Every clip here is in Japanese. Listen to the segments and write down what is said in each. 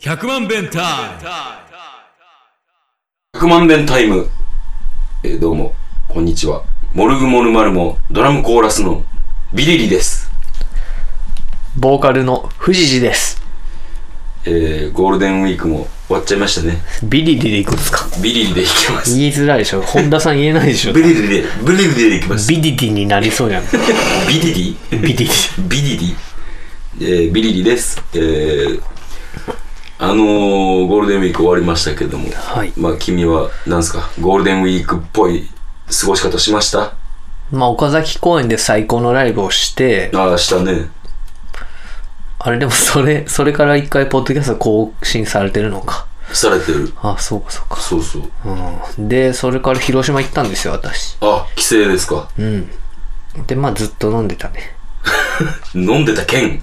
100万弁タイム100万遍タイム。えーどうも、こんにちは。モルグモルマルモ、ドラムコーラスのビリリです。ボーカルの藤次です。えー、ゴールデンウィークも終わっちゃいましたね。ビリリで行くんですかビリリで行きます。言いづらいでしょ。本田さん言えないでしょ。ビリリで、ビリリで行きます。ビリリになりそうやん。ビリリビリリ。ビリリ、えー、ビリリです。えー、あのー、ゴールデンウィーク終わりましたけども、はい。まあ君は、なんすか、ゴールデンウィークっぽい過ごし方しましたまあ、岡崎公園で最高のライブをして、ああ、したね。あれでもそれ、それから一回ポッドキャスト更新されてるのか。されてる。あ、そうかそうか。そうそう。うん。で、それから広島行ったんですよ、私。あ、帰省ですか。うん。で、まあずっと飲んでたね。飲んでたけん。い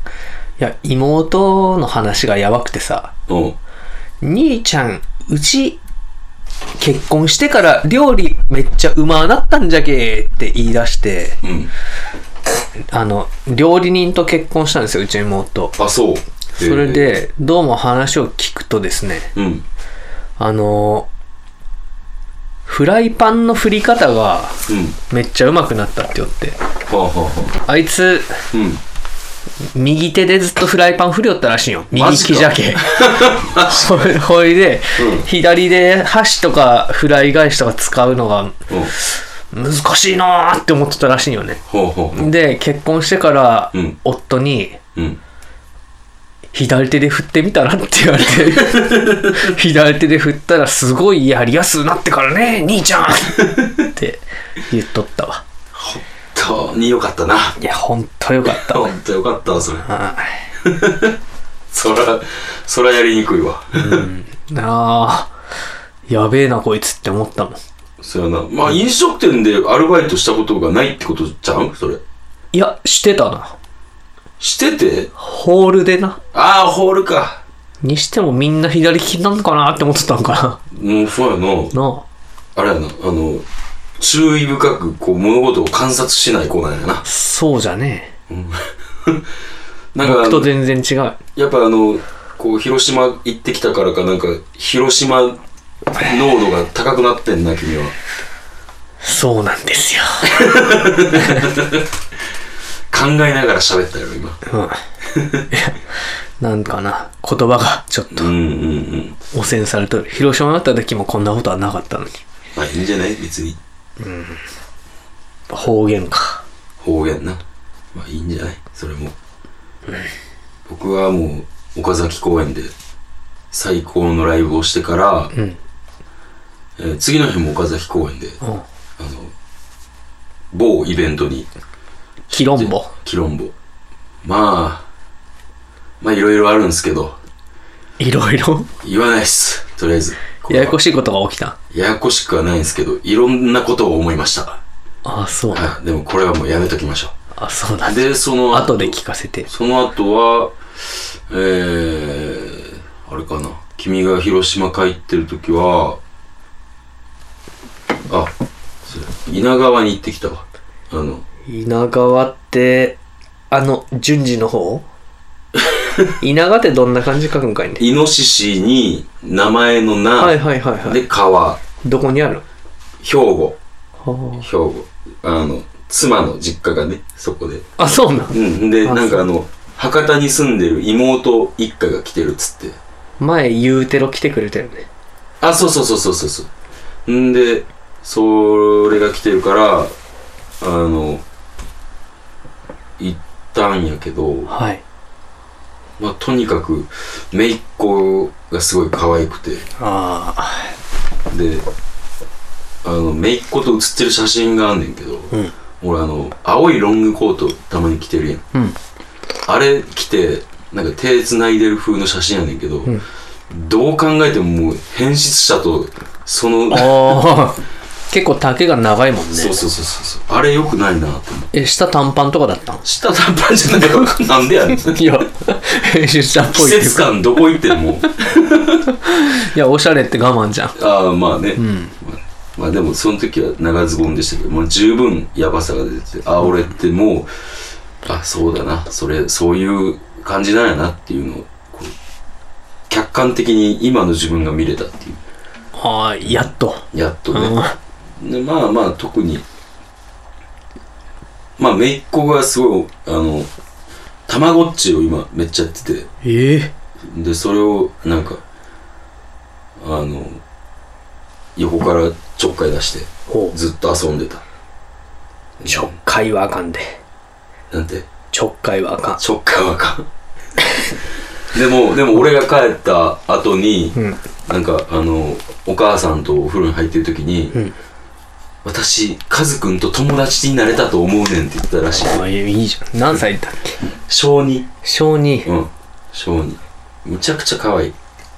や、妹の話がやばくてさ、うん。兄ちゃん、うち、結婚してから料理めっちゃうまなったんじゃけーって言い出して、うん。あの、料理人と結婚したんですよ、うちの妹。あ、そう。それ、で、どうも話を聞くとですね、うん。あの、フライパンの振り方がうん。めっちゃうまくなったって言って、はあ、はあはあいつ、あ、うん。右手でずっとフライパン振りよったらしいよ。右マ利ジかきじゃけ。 ほいほいで、うん左で箸とかフライ返しとか使うのがうん。難しいなーって思ってたらしいよね。ほうほう。で、結婚してからうん夫に、うん。左手で振ってみたらって言われて 左手で振ったらすごいやりやすくなってからね兄ちゃんって言っとったわ本当によかったな。いやほんとよかったわ本当よかったわ、それ。はいそら、そらやりにくいわ。あーやべえなこいつって思ったもんそうやな。まあ、飲食店でアルバイトしたことがないってことちゃうそれ。いやしてたなしててホールでなああ、ホールか。にしてもみんな左利きなんかなって思ってたのかもう、そうやな。ななああれやな。あの、注意深く、こう、物事を観察しない子なんやな。そうじゃねえなんか、僕と全然違うやっぱあのこう広島行ってきたからかなんか広島濃度が高くなってんな君はそうなんですよ、考えながら喋ったよ今うん、いやなんかな言葉がちょっとうんうんうん汚染されとる広島になった時もこんなことはなかったのにまあいいんじゃない別に方言か方言なまあいいんじゃないそれも僕はもう岡崎公園で最高のライブをしてから、うんえー次の日も岡崎公園でうんあの某イベントにキロンボキロンボまあまあいろいろあるんですけどいろいろ言わないっす。とりあえず。ややこししいことが起きたややこしくはないんですけど、いろんなことを思いました。ああそうなんはい。でもこれはもうやめときましょあそうなう。んだで、その後で聞かせてその後は、えー、あれかな。君が広島帰ってる時は、あ、そう稲川に行ってきたわ。あの、稲川ってあの順次の 方稲川ってどんな感じ書くんかいねイノシシに名前の名、はいはいはいはいで川、どこにある兵庫、は兵庫。あの、妻の実家がね、そこで。ああそうなんうん、で、あなんかあの、博多に住んでる妹一家が来てるっつって。前ユーテロ来てくれたよねあ、そうそうそうそうそうそう。んで、それが来てるから、あの、行ったんやけど、はいまあ、とにかく、姪っ子がすごい可愛くて、ああで、あの、姪っ子と写ってる写真があんねんけど、うん俺あの、青いロングコートたまに着てるやん。うんあれ着て、なんか手繋いでる風の写真やねんけど、んどう考えてももう変質者と、その、ああ 結構丈が長いもんねそうそうそうそうそう、あれ良くないなって思う。え下短パンとかだったん下短パンじゃない よ。なんでやねん。季いや、編集者っぽいっていう節か。感どこ行ってんもう。いや、おしゃれって我慢じゃん。ああ、まあね。んまあでもその時は長ズボンでしたけど、まあ十分やばさが出てて、あ、俺ってもう、あ、そうだな、それ、そういう感じなんやなっていうのを、こう客観的に今の自分が見れたっていああ、やっと。うやっとうねん。でまあまあ特にまあ姪っ子がすごいあのたまごっちを今めっちゃやっててええでそれをなんかあの横からちょっかい出してほずっと遊んでたう。ちょっかいはあかんで。なんてちょっかいはあかちょっかいはあかん でもでも俺が帰った後に、ん。うん。なんかあのお母さんとお風呂に入ってる時に、うん私カズくんと友達になれたと思うねんって言ったらしいああ、いいじゃん。何歳だっけ小2小2。うん小2むちゃくちゃ可愛い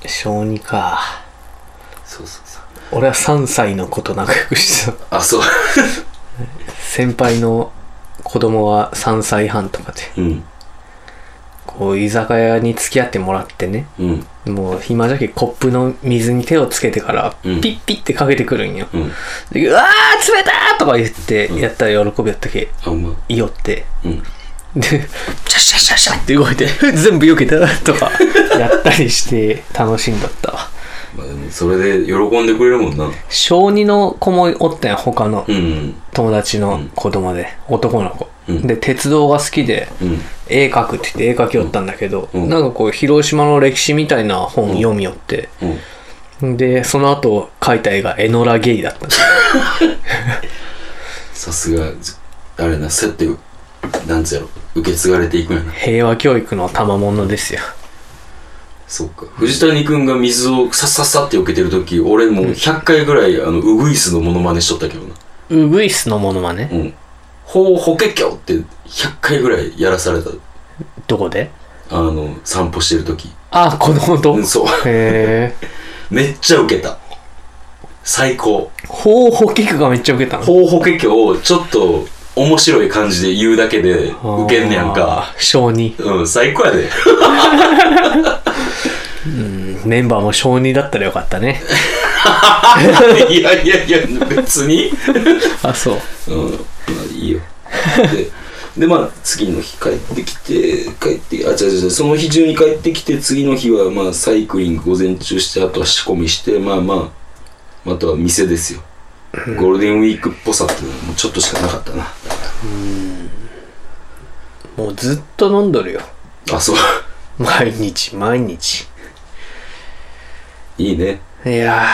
小2か。そうそうそう俺は3歳の子と仲良くしてた。あそう 先輩の子供は3歳半とかで。うんこう、居酒屋に付き合ってもらってね。うんもう暇じゃけコップの水に手をつけてからピうんッピッてかけてくるんよ、うんでうわー冷たーとか言ってやったら喜びやったけあんまいよってうんでシャシャシャシャって動いて 全部避けたと かやったりして楽しんだったわまあでもそれで喜んでくれるもんな小2の子もおったんよ他のうんうん友達の子供で、男の子、うんで鉄道が好きでうん絵描くって言って絵描きよったんだけど、うんなんかこう広島の歴史みたいな本読みよって、うんで、その後描いた絵がエノラゲイだった。さすがあれなそうやってなんつうやろ受け継がれていくんやな平和教育の賜物ですよ。そうか藤谷君が水をさっさっさって避けてる時俺もう100回ぐらいあのウグイスのモノマネしとったけどなウグイスのモノマネうん「ほうほけきょ」って100回ぐらいやらされたどこであの散歩してる時あ、この音うん。そうへー。めっちゃ受けた最高ほうほきくがめっちゃ受け「たの。ほうほけきょ」をちょっと面白い感じで言うだけで受けんねやんかあー。小児。うん最高やで メンバーも小児だったらよかったね。いやいやいや別にあ、そう。うん、まあいいよ。で、でまあ、次の日帰ってきて、帰って、あ、違う違う違う、その日中に帰ってきて、次の日は、まあ、サイクリング午前中して、あとは仕込みして、まあまあ、または店ですよ。ゴールデンウィークっぽさっていうのは、もうちょっとしかなかったな。もうずっと飲んどるよ。あ、そう。 毎日、毎日。いいね。いや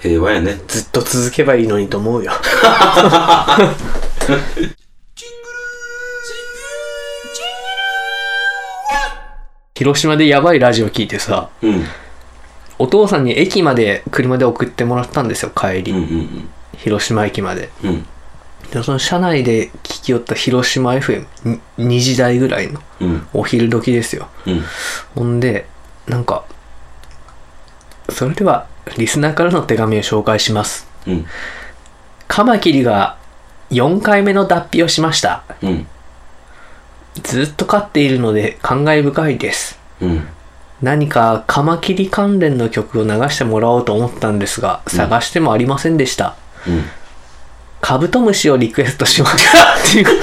平和やね。ー、ずっと続けばいいのにと思うよ。 広島でやばいラジオ聞いてさ、うん。お父さんに駅まで車で送ってもらったんですよ帰り、うんうん広島駅までうん。うん。でその車内で聞きよった広島 FM2 時台ぐらいのうん。お昼時ですようん。ほんでなんかそれではリスナーからの手紙を紹介しますうん。カマキリが4回目の脱皮をしましたうん。ずっと飼っているので感慨深いですうん。何かカマキリ関連の曲を流してもらおうと思ったんですが探してもありませんでした、うん。カブトムシをリクエストしましたっていう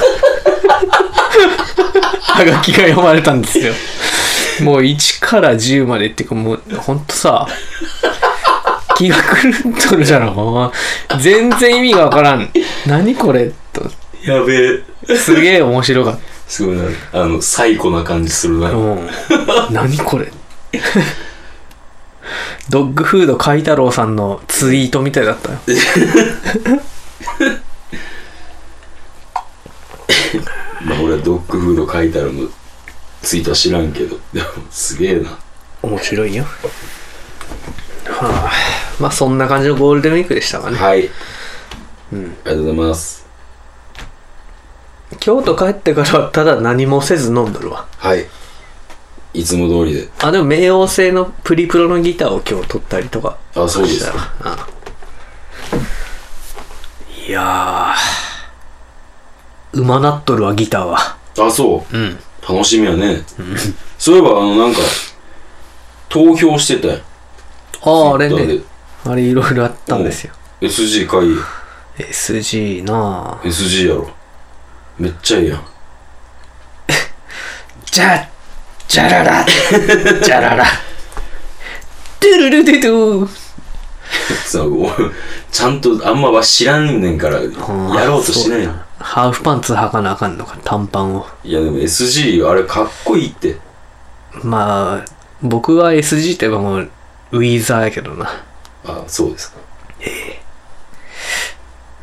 はがきが読まれたんです よもう1から10までっていうかもうほんとさ気が狂っとるじゃ ろ全然意味がわからん何これとやべえ。すげえ面白かっすごいな。あの、最古な感じするな。た、うん、何これドッグフード海太郎さんのツイートみたいだったよまあ俺はドッグフード書いてあるのツイートは知らんけど でもすげえな面白いよはあまあそんな感じのゴールデンウィークでしたかねはい、うんありがとうございます京都帰ってからはただ何もせず飲んどるわはいいつも通りであでも冥王星のプリプロのギターを今日取ったりとかあそうですしたかなうんいやーうまなっとるわギターはあそううん楽しみやねそういえばあのなんか投票してたよあああれなんでねあれいろいろあったんですよ SG 会 SG なあ SG やろめっちゃええやんじゃあじゃららじゃららドゥルルドゥドゥさあこうちゃん とあんまは知らんねんからやろうとしないのハーフパンツ履かなあかんのか短パンをいやでも SG あれかっこいいってまあ僕は SG といえばもうウィザーやけどな、あそうですか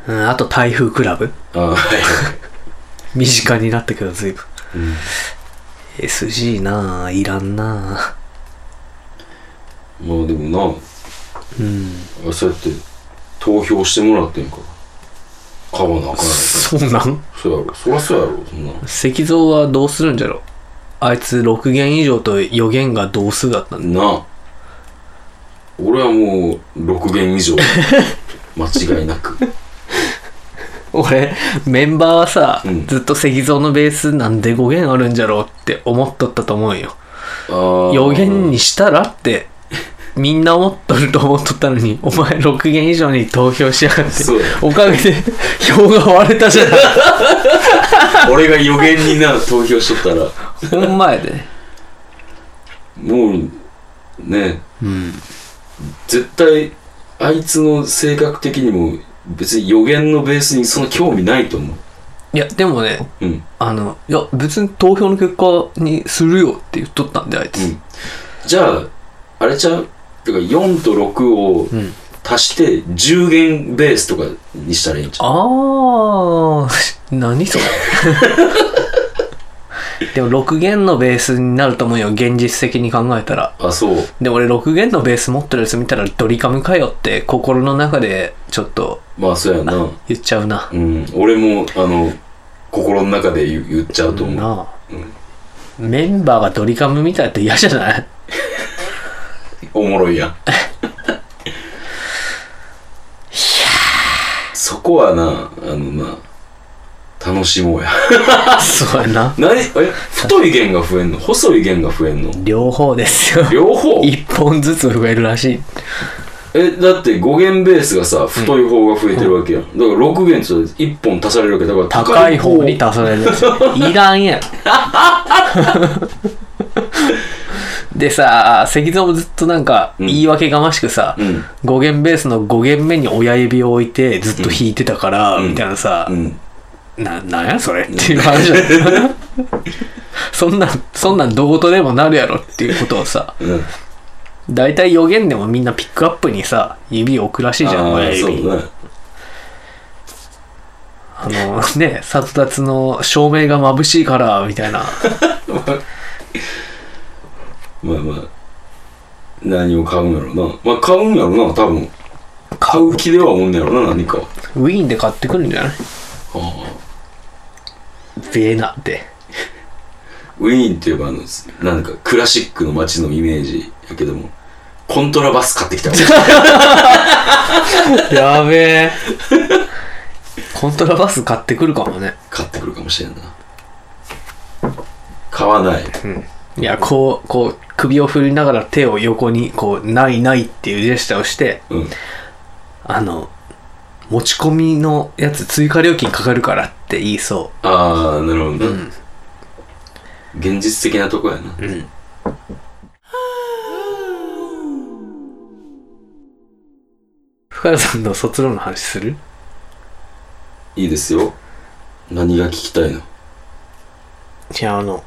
うん、あと台風クラブあはいはい身近になったけど随分うん、 SG なあいらんなあまあでもうんなそうやって投票してもらってんから買わなあかんやろそうなんそうやろそりゃそうやろそんな石像はどうするんじゃろあいつ6弦以上と4弦が同数だったんだなあ俺はもう6弦以上間違いなく俺メンバーはさ、うんずっと石像のベースなんで5弦あるんじゃろうって思っとったと思うんよあー4弦にしたらってみんな思っとると思っとったのにお前6弦以上に投票しやがってそうやおかげで票が割れたじゃない俺が4弦にな投票しとったらほんまやでもうねうん絶対あいつの性格的にも別に予言のベースにそんな興味ないと思いやでもねううんあのいや別に投票の結果にするよって言っとったんであいつ、うんじゃああれちゃうてか4と6をうん足して10弦ベースとかにしたらいいんちゃあー、何 それ。でも6弦のベースになると思うよ、現実的に考えたら。うあそうで、俺6弦のベース持ってるやつ見たらドリカムかよって心の中でちょっとまあそうやな言っちゃうな。うん俺もあの心の中で言う言っちゃうと思うなあ、メンバーがドリカムみたいだって嫌じゃないおもろいやんいやそこはなあのな楽しもうや そうやな。何え太い弦が増えんの細い弦が増えんの両方ですよ。両方1本ずつ増えるらしい。えだって5弦ベースがさ太い方が増えてるわけやん、だから6弦って1本足されるわけだから高い方に足され るやついらんやんでさ石像もずっとなんかうん言い訳がましくさ、うん5弦ベースの5弦目に親指を置いてずっと弾いてたから、うんみたいなさう、んななんやそれっていう話じゃ んそんなんそんなんどことでもなるやろっていうことをさうん大体予言でもみんなピックアップにさ指を置くらしいじゃんあ親あ指そうだねあのね殺達の照明が眩しいからみたいな まあまあ何を買うんやろなまあ買うんやろな多分買う気ではおんねやろな何かウィーンで買ってくるんじゃないベーナで。ウィーンっていえばあのなんかクラシックの街のイメージやけどもコントラバス買ってきた やべ え。コントラバス買ってくるかもね。買ってくるかもしれんな買わないいや、こう、こう、首を振りながら手を横に、こう、ないないっていうジェスチャーをして、うんあの、持ち込みのやつ追加料金かかるからって言いそああなるほどね、ん現実的なとこやなう。うん。深谷さんの卒論の話するいいですよ何が聞きたいのいや、あの、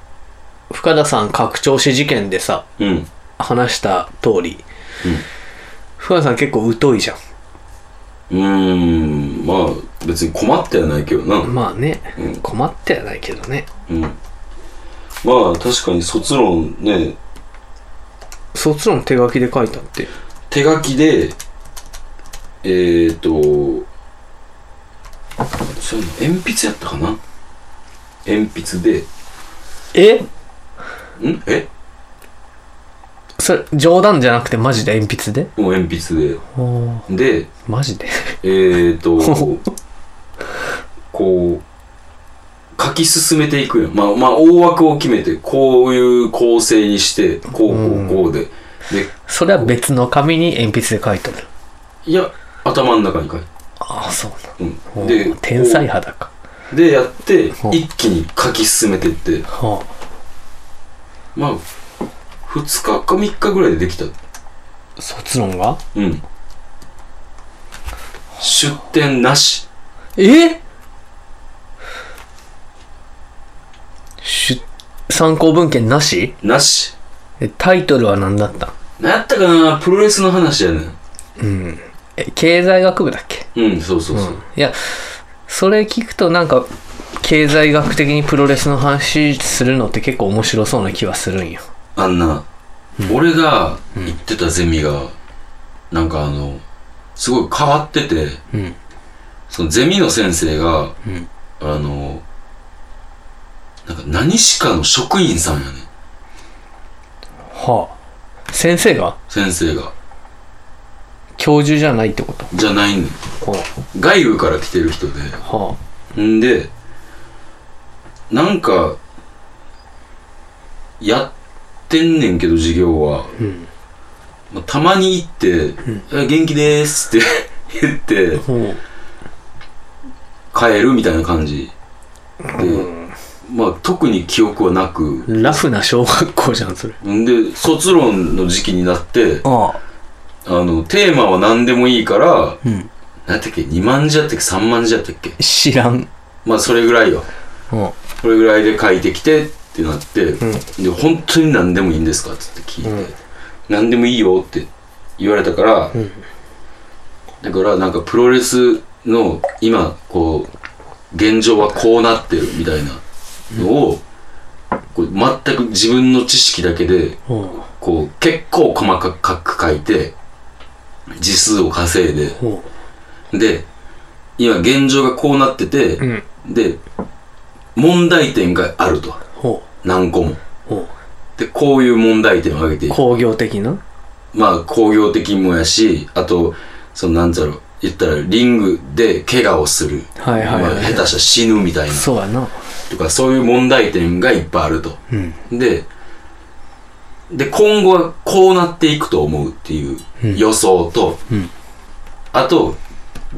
深田さん拡張子事件でさ、うん話した通り、うんふわさん結構疎いじゃうーんまあ別に困ってはないけどな、んまあね、うん困ってはないけどねうん、まあ確かに卒論ね卒論手書きで書いたって手書きでえっ、ー、とそういうの鉛筆やったかな鉛筆でえんえそれ冗談じゃなくてマジで鉛筆でもう鉛筆おーででマジでえっ、ー、 ほとこう書き進めていくやんまあまあ大枠を決めてこういう構成にしてこうこうこうで、で それは別の紙に鉛筆で書いてるいや頭の中に書いて、ああそうう、なんんでおー天才こう派だかでやってほう一気に書き進めてってはまあ2日か3日ぐらいでできた卒論がうん出店なしえ出参考文献なしなしえタイトルは何だった何やったかなプロレスの話やねんうんえ経済学部だっけうんそうそうそう、うんいやそれ聞くとなんか経済学的にプロレスの話するのって結構面白そうな気はするんよあんな、俺が行ってたゼミが、なんかあの、すごい変わってて、うんそのゼミの先生が、んあの、なんか何しかの職員さんやねはあ先生が先生が。教授じゃないってことじゃないねんは外部から来てる人で。あ、はんで、なんか、やってんねんけど、授業は。んまあたまに行って、あ元気でーすって 言ってあ、、ほ帰るみたいな感じで、まあ特に記憶はなく、うラフな小学校じゃんそれんで、卒論の時期になって、あああの、テーマは何でもいいから、うん何やったっけ ?2 万字やったっけ ?3 万字やったっけ知らんまあそれぐらいよ。うんこれぐらいで書いてきてってなって、で本当に何でもいいんですかっつって聞いて、何でもいいよって言われたから、だからなんかプロレスの今こう現状はこうなってるみたいなのを、こう全く自分の知識だけでほこう結構細かく書いて字数を稼いでうほで今現状がこうなってて、ううんで問題点があるとほ何個もうほでこういう問題点を挙げていうく工業的なまあ工業的もやしあとそのなんだろう言ったらリングで怪我をする、はいはいはいまあ、下手したら死ぬみたいなそうやなとかそういう問題点がいっぱいあるとうんでで今後はこうなっていくと思うっていう予想と、うんあと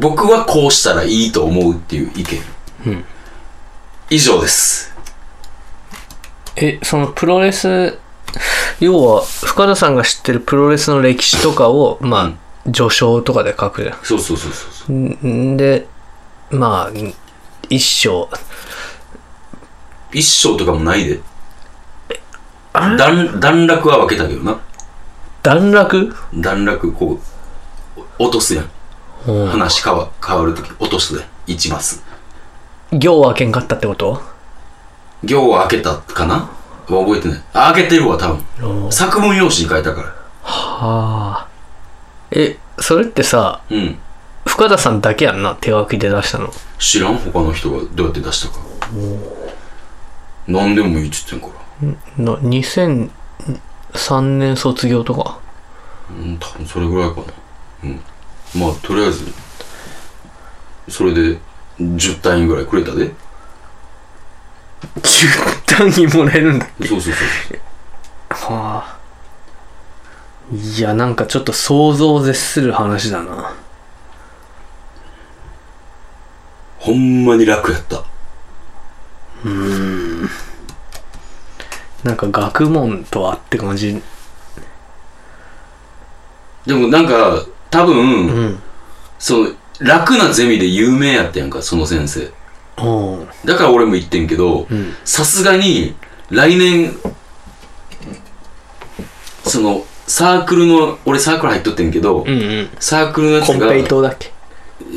僕はこうしたらいいと思うっていう意見うん以上ですえそのプロレス要は深田さんが知ってるプロレスの歴史とかをうまんあ序章とかで書くじゃんそうそうそうそうそうんでまあ一章一章とかもないで段段落は分けたけどな段落、段落こう落とすやんうん、話変わ変わるとき落とすやん一マス行は開けんかったってこと行は開けたかなは覚えてないあ開けてるわ多分作文用紙に書いたからはあえそれってさうん深田さんだけやんな手書きで出したの知らん他の人がどうやって出したか何でもいいっつってんからの2003年卒業とかうん多分それぐらいかなうんまあとりあえずそれで10単位ぐらいくれたで10単位もらえるんだそうそうそうはあいやなんかちょっと想像を絶する話だなほんまに楽やったなんか学問とはって感じでもなんか多分、うんその楽なゼミで有名やったやんかその先生おうだから俺も言ってんけどうんさすがに来年そのサークルの俺サークル入っとってんけど、うんうんサークルのやつコンがペイトーだっけ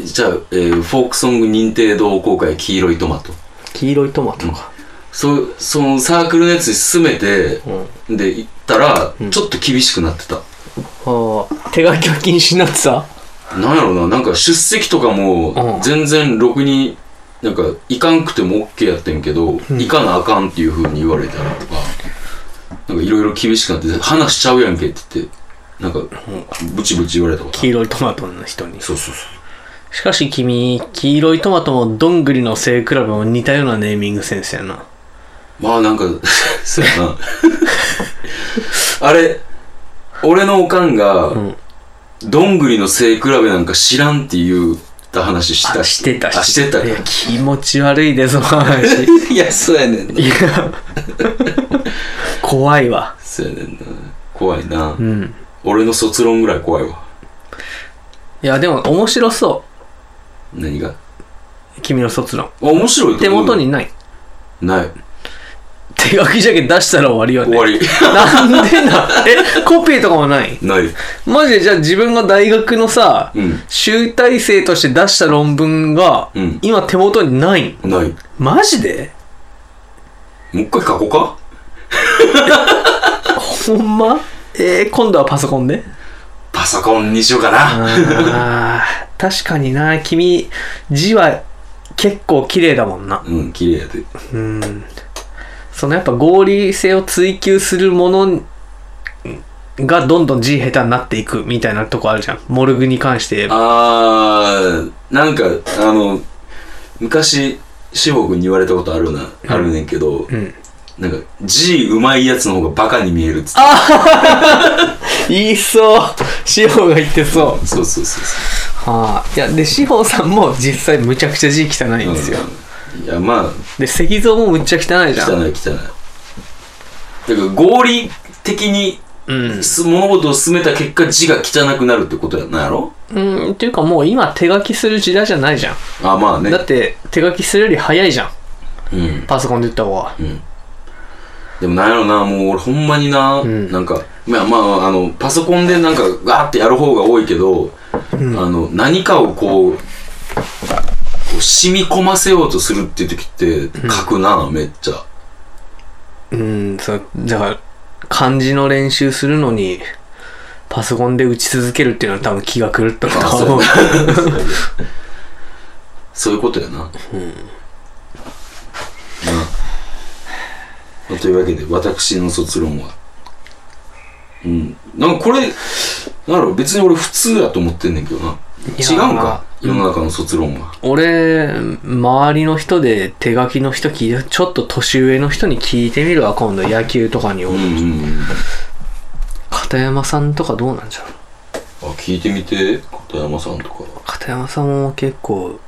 じゃあ、えーフォークソング認定同好会黄色いトマト黄色いトマトかそそのサークルのやつに進めてうん、で行ったらちょっと厳しくなってた、はあ手書きは禁止になってたなんやろななんか出席とかうもん全然ろくになんか行かんくても OK やってんけど、行かなあかんっていう風に言われたらとかなんかいろいろ厳しくなって話しちゃうやんけって言ってなんかブチブチ言われたこと黄色いトマトの人にそうそうそうしかし君黄色いトマトもどんぐりの背比べも似たようなネーミングセンスやなまあなんか そうや なあれ俺のおかんが、んどんぐりの背比べなんか知らんって言った話したあしてたあしてたいや 気持ち悪いでその話いやそうやねんないや怖いわ。そうやねんな怖いな、うん。俺の卒論ぐらい怖いわいや、でも面白そ何がう。君の卒論。あ面白いと手思う元にない。ない手書きじゃけん出したら終わりよ終ね。わり なんでな。え、コピーとかもないないマジでじゃあ自分が大学のさ、うん集大成として出した論文が、うん今手元にないんないもマジでう一回書こうかほんまえー、今度はパソコンでパソコンにしようかなあー 確かにな君字は結構綺麗だもんなうん綺麗やでうんそのやっぱ合理性を追求するものがどんどん字下手になっていくみたいなとこあるじゃんモルグに関して言えばあーなんかあの昔志保君に言われたことあるな、あるねんけど、んなんか字うまいやつの方がバカに見えるっつって言いそう志保が言ってそうそうそうそうそはあいやで志保さんも実際むちゃくちゃ字汚いんうですようんいやまあで石像もむっちゃ汚いじゃん汚い汚いだから合理的にうんす物事を進めた結果字が汚くなるってことやなんやろうんっていうかもう今手書きする時代じゃないじゃんあまあねだって手書きするより早いじゃんうんパソコンで言った方がうんでもなんやろなもう俺ほんまにな、んなんかまあまああのパソコンでなんかガーってやる方が多いけど、あの何かをこうこう染み込ませようとするっていう時って書くな、めっちゃうんそうだから漢字の練習するのにパソコンで打ち続けるっていうのは多分気が狂ったと思うそういうことやなうん、まあというわけで私の卒論はうんなんかこれなんだろう別に俺普通やと思ってんねんけどない や違うんかうん世の中の卒論は、俺周りの人で手書きの人聞いてちょっと年上の人に聞いてみるわ今度野球とかに、うんうんうん片山さんとかどうなんじゃろうあ聞いてみて片山さんとか片山さんも結構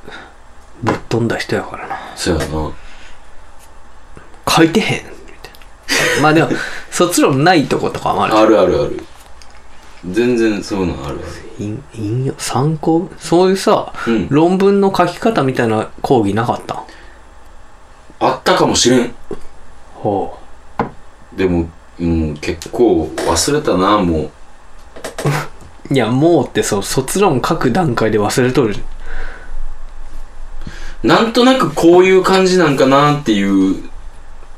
ぶっ飛んだ人やからなそやな書いてへんみたいなまあでも卒論ないとことかもあるあるあるある全然そうなんある引引用参考そういうさ、あるうん論文の書き方みたいな講義なかったあったかもしれんほでも、うん、結構忘れたなもうういやもうってそう卒論書く段階で忘れとるなんとなくこういう感じなんかなっていう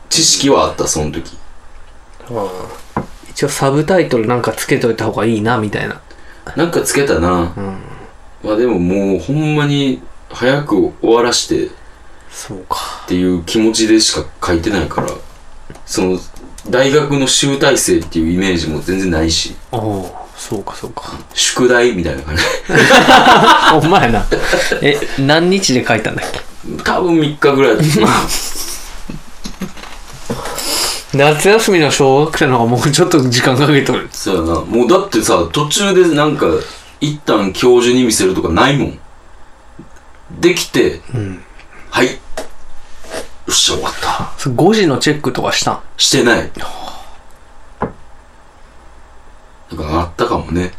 知識はあったその時一応サブタイトルなんかつけといた方がいいなみたいななんかつけたな、んまあでももうほんまに早く終わらしてっそうかていう気持ちでしか書いてないからその大学の集大成っていうイメージも全然ないしおおそうかそうか宿題みたいな感じお前なえ何日で書いたんだっけ多分3日ぐらいだった夏休みの小学生の方がもうちょっと時間かけとるそうやなもうだってさ途中でなんか一旦教授に見せるとかないもんできて、んはいよっしゃ終わったそれ5時のチェックとかしたんしてないなんかあったかもね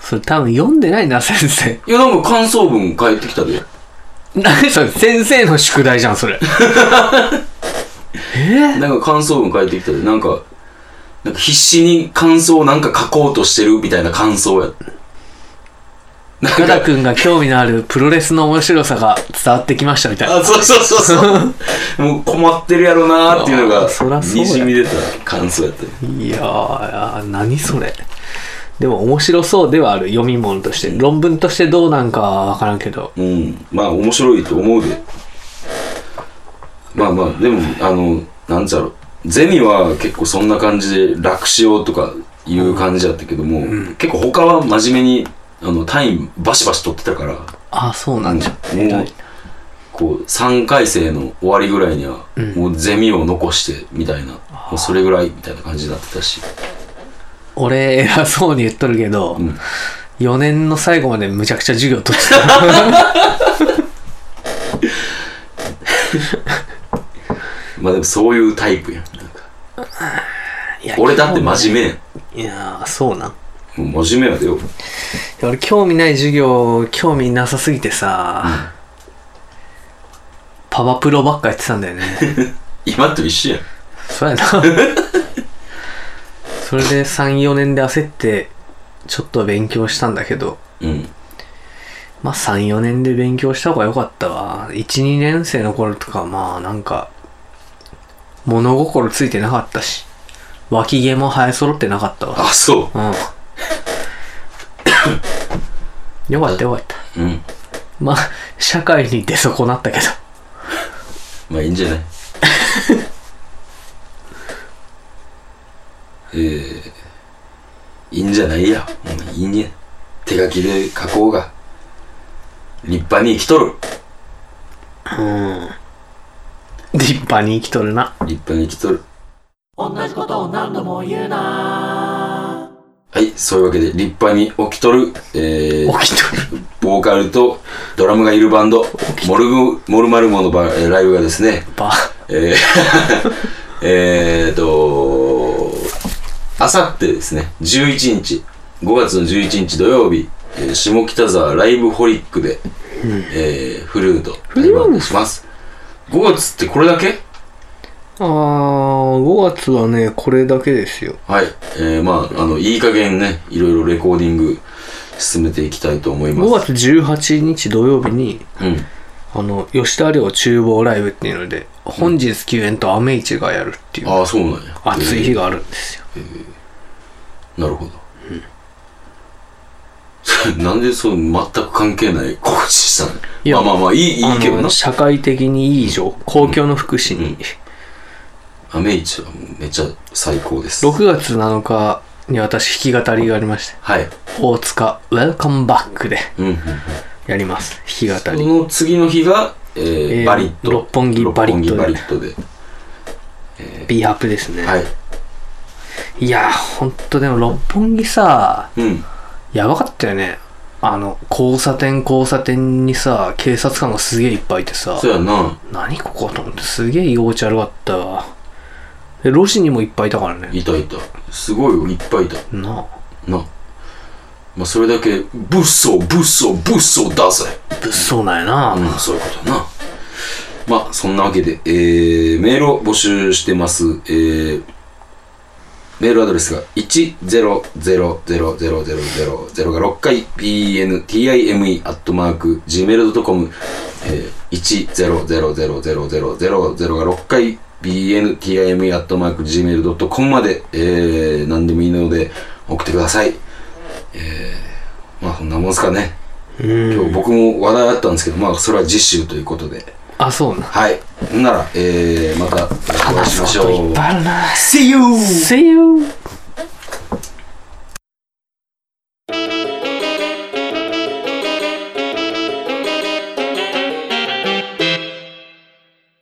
それ多分読んでないな先生 いやなんか感想文返ってきたで何それ先生の宿題じゃんそれえなんか感想文返ってきたでなんかなんか必死に感想をなんか書こうとしてるみたいな感想やなんかガダ君が興味のあるプロレスの面白さが伝わってきましたみたいなあそうそうそうそう もう困ってるやろなーっていうのあがーそらそうやにじみ出た感想やったよいやー何それでも面白そうではある読み物として論文としてどうなんかは分からんけどうんまあ面白いと思うでまあまあでもあのなんちゃろゼミは結構そんな感じで楽しようとかいう感じだったけども、結構他は真面目にあの単位バシバシ取ってたからあそうなんじゃうん偉もういこう3回生の終わりぐらいにはもうゼミを残してみたいな、もうそれぐらいみたいな感じになってたし俺偉そうに言っとるけど、ん4年の最後までむちゃくちゃ授業取って たまあでもそういうタイプやんなんかいや俺だって真面目やんいやーそうなんもう真面目やでよいや俺興味ない授業興味なさすぎてさ、パワプロばっかやってたんだよね今と一緒やんそうやな それで34年で焦ってちょっと勉強したんだけどうんまあ34年で勉強した方が良かったわ12年生の頃とかまあなんか物心ついてなかったし脇毛も生え揃ってなかったわあそ うん。よかったよかった。ううんまあ、社会に出損なったけど。まあいいんじゃないえー、いいんじゃないやもういいね手書きで書こうが立派に生きとるうん。 立派に生きとる な。立派に生きとる同じことを何度も言うなはいそういうわけで立派に起きとる、えー、起きとる。ボーカルとドラムがいるバンドモルグモルマルモのバえーライブがですねば。えー えーと、あさってですね、11日、5月の11日土曜日、えー下北沢ライブホリックで、えーフルード、ライブアップします。5月ってこれだけあー、5月はね、これだけですよ。はい。えーまあ、あの、いい加減ね、いろいろレコーディング進めていきたいと思います。 5月18日土曜日に、うん。あの、吉田寮厨房ライブっていうので、本日休演とアメイチがやるっていう、ああ、そうなんや。暑い日があるんですよ。なるほど。 なんでそう全く関係ない告知したのいやまあまあまあいいいいけどあなの社会的にいい以上、公共の福祉に。アメイチはもうめちゃ最高です6月7日に私弾き語りがありましてはい、大塚ウェルカムバックでうんうん、やります弾き語そりの次の日が、えーえーバリット六本木バリッ六本木トでバリットで B ハップですね、、はいいやーほんとでも六本木さうんやばかったよねあの交差点交差点にさ警察官がすげえいっぱいいてさそうやな何ここと思ってすげえ居心地悪かったわで路地にもいっぱいいたからねいたいたすごいよいっぱいいたなあなまあそれだけ物騒物騒物騒だぜ物騒なんやな、うんそういうことやなまあそんなわけで、えー、メールを募集してますえーメールアドレスが100000000が6回 bntime.gmail.com えー100000000が6回 bntime.gmail.com まで、えー、何でもいいので送ってください。えー、まあそんなもんすかね。今日僕も話題あったんですけど、まあそれは次週ということで。あそうなはい。ほんなら、えー、またお会いしましそうょいうっ。ぱいあるな See you! See you!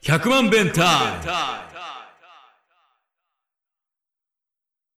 !100 万弁タイム